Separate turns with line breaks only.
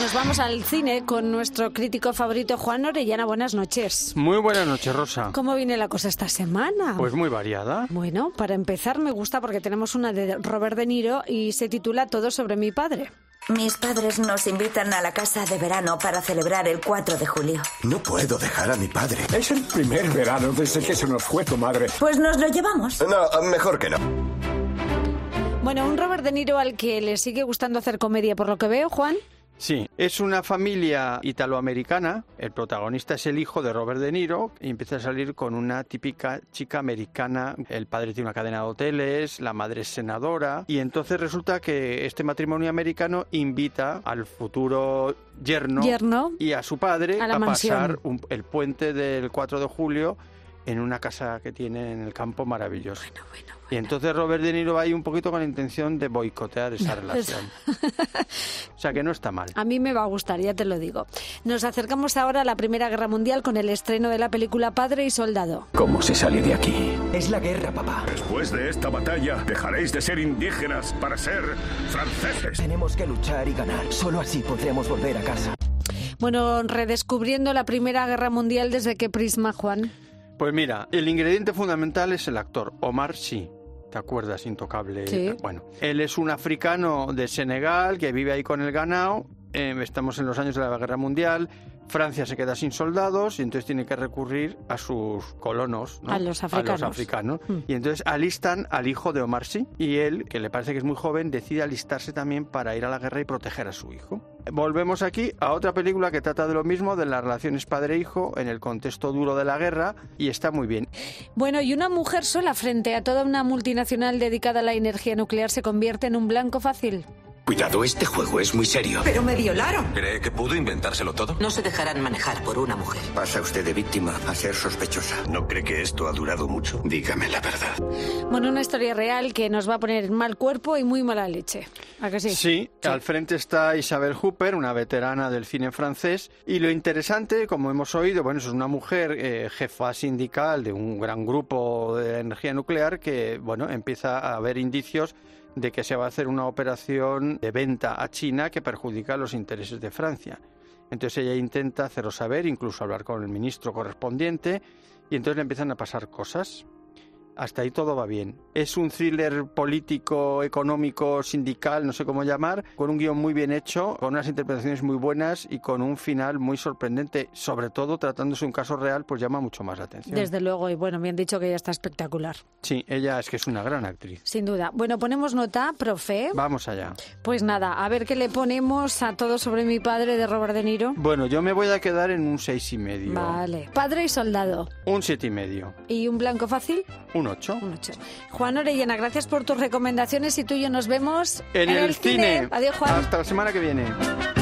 nos vamos al cine con nuestro crítico favorito Juan Orellana. Buenas noches.
Muy buenas noches, Rosa.
¿Cómo viene la cosa esta semana?
Pues muy variada.
Bueno, para empezar me gusta porque tenemos una de Robert De Niro y se titula Todo sobre mi padre.
Mis padres nos invitan a la casa de verano para celebrar el 4 de julio.
No puedo dejar a mi padre.
Es el primer verano desde que se nos fue tu madre.
Pues nos lo llevamos.
No, mejor que no.
Bueno, un Robert De Niro al que le sigue gustando hacer comedia por lo que veo, Juan.
Sí, es una familia italoamericana. El protagonista es el hijo de Robert De Niro y empieza a salir con una típica chica americana. El padre tiene una cadena de hoteles, la madre es senadora y entonces resulta que este matrimonio americano invita al futuro yerno,
Yerno.
y a su padre
A la
a pasar
mansión.
un- el puente del 4 de julio en una casa que tiene en el campo maravilloso. Y entonces Robert De Niro va ahí un poquito con la intención de boicotear esa relación. O sea que no está mal.
A mí me va a gustar, ya te lo digo. Nos acercamos ahora a la Primera Guerra Mundial con el estreno de la película Padre y Soldado.
¿Cómo se sale de aquí?
Es la guerra, papá.
Después de esta batalla, dejaréis de ser indígenas para ser franceses.
Tenemos que luchar y ganar. Solo así podremos volver a casa.
Bueno, redescubriendo la Primera Guerra Mundial desde qué prisma, Juan.
Pues mira, el ingrediente fundamental es el actor Omar Sy. ¿Te acuerdas? Intocable.
Sí.
Bueno, él es un africano de Senegal que vive ahí con el ganado. Eh, estamos en los años de la Guerra Mundial. Francia se queda sin soldados y entonces tiene que recurrir a sus colonos, ¿no?
A los africanos.
africanos.
Mm.
Y entonces alistan al hijo de Omar Sy y él, que le parece que es muy joven, decide alistarse también para ir a la guerra y proteger a su hijo. Volvemos aquí a otra película que trata de lo mismo, de las relaciones padre-hijo en el contexto duro de la guerra y está muy bien.
Bueno, y una mujer sola frente a toda una multinacional dedicada a la energía nuclear se convierte en un blanco fácil.
Cuidado, este juego es muy serio.
Pero me violaron.
¿Cree que pudo inventárselo todo?
No se dejarán manejar por una mujer.
Pasa usted de víctima a ser sospechosa.
¿No cree que esto ha durado mucho?
Dígame la verdad.
Bueno, una historia real que nos va a poner en mal cuerpo y muy mala leche. ¿A que sí?
al frente está Isabel Hooper, una veterana del cine francés. Y lo interesante, como hemos oído, bueno, es una mujer eh, jefa sindical de un gran grupo de energía nuclear que, bueno, empieza a haber indicios de que se va a hacer una operación de venta a China que perjudica los intereses de Francia. Entonces ella intenta hacerlo saber, incluso hablar con el ministro correspondiente, y entonces le empiezan a pasar cosas. Hasta ahí todo va bien. Es un thriller político, económico, sindical, no sé cómo llamar, con un guión muy bien hecho, con unas interpretaciones muy buenas y con un final muy sorprendente. Sobre todo tratándose de un caso real, pues llama mucho más la atención.
Desde luego, y bueno, me han dicho que ella está espectacular,
Sí, ella es que es una gran actriz.
sin duda. Bueno, ponemos nota, profe.
Vamos allá.
Pues nada, a ver qué le ponemos a todo sobre mi padre de Robert De Niro.
Bueno, yo me voy a quedar en un seis y medio.
Vale. Padre y soldado.
Un siete y medio.
¿Y un blanco fácil?
Un ocho.
Un ocho. Juan Orellana, gracias por tus recomendaciones y tú y yo nos vemos
En, el, cine.
Adiós, Juan.
Hasta la semana que viene.